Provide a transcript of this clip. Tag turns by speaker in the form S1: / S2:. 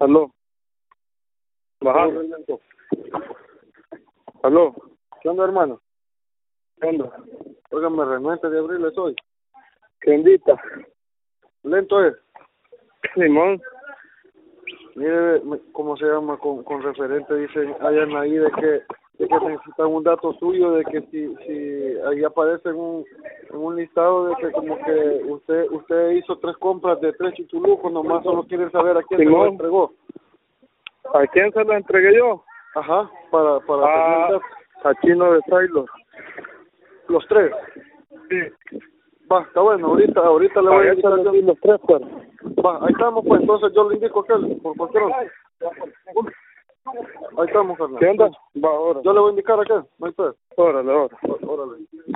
S1: Aló. Bajar. Aló. ¿Qué onda, hermano? ¿Qué onda? Oiga, me realmente de abril es hoy. ¿Qué ondita? Lento eh. es. Limón. Mire, me- ¿cómo se llama? Con, con referente dicen allá en ahí de que, de que necesitan un dato suyo, de que si, si ahí aparece en un, en un listado de que como que usted usted hizo tres compras de tres chichulucos, nomás solo quieren saber a quién se lo
S2: Simón.
S1: entregó.
S2: ¿A quién se lo entregué yo?
S1: Ajá, para, para
S2: Ah.
S1: tener datos.
S2: A Chino de Sailor.
S1: los tres.
S2: Sí.
S1: Va, está bueno, ahorita, ahorita le voy
S2: Ahí
S1: a indicar yo.
S2: los tres, pues.
S1: Va, ahí estamos, pues entonces yo le indico a Carlos, por cualquier hora. Ahí estamos, Carlos.
S2: ¿Qué onda? Va, ahora.
S1: Yo le voy a indicar acá, no hay pedo.
S2: Órale, órale.
S1: Ó- Órale.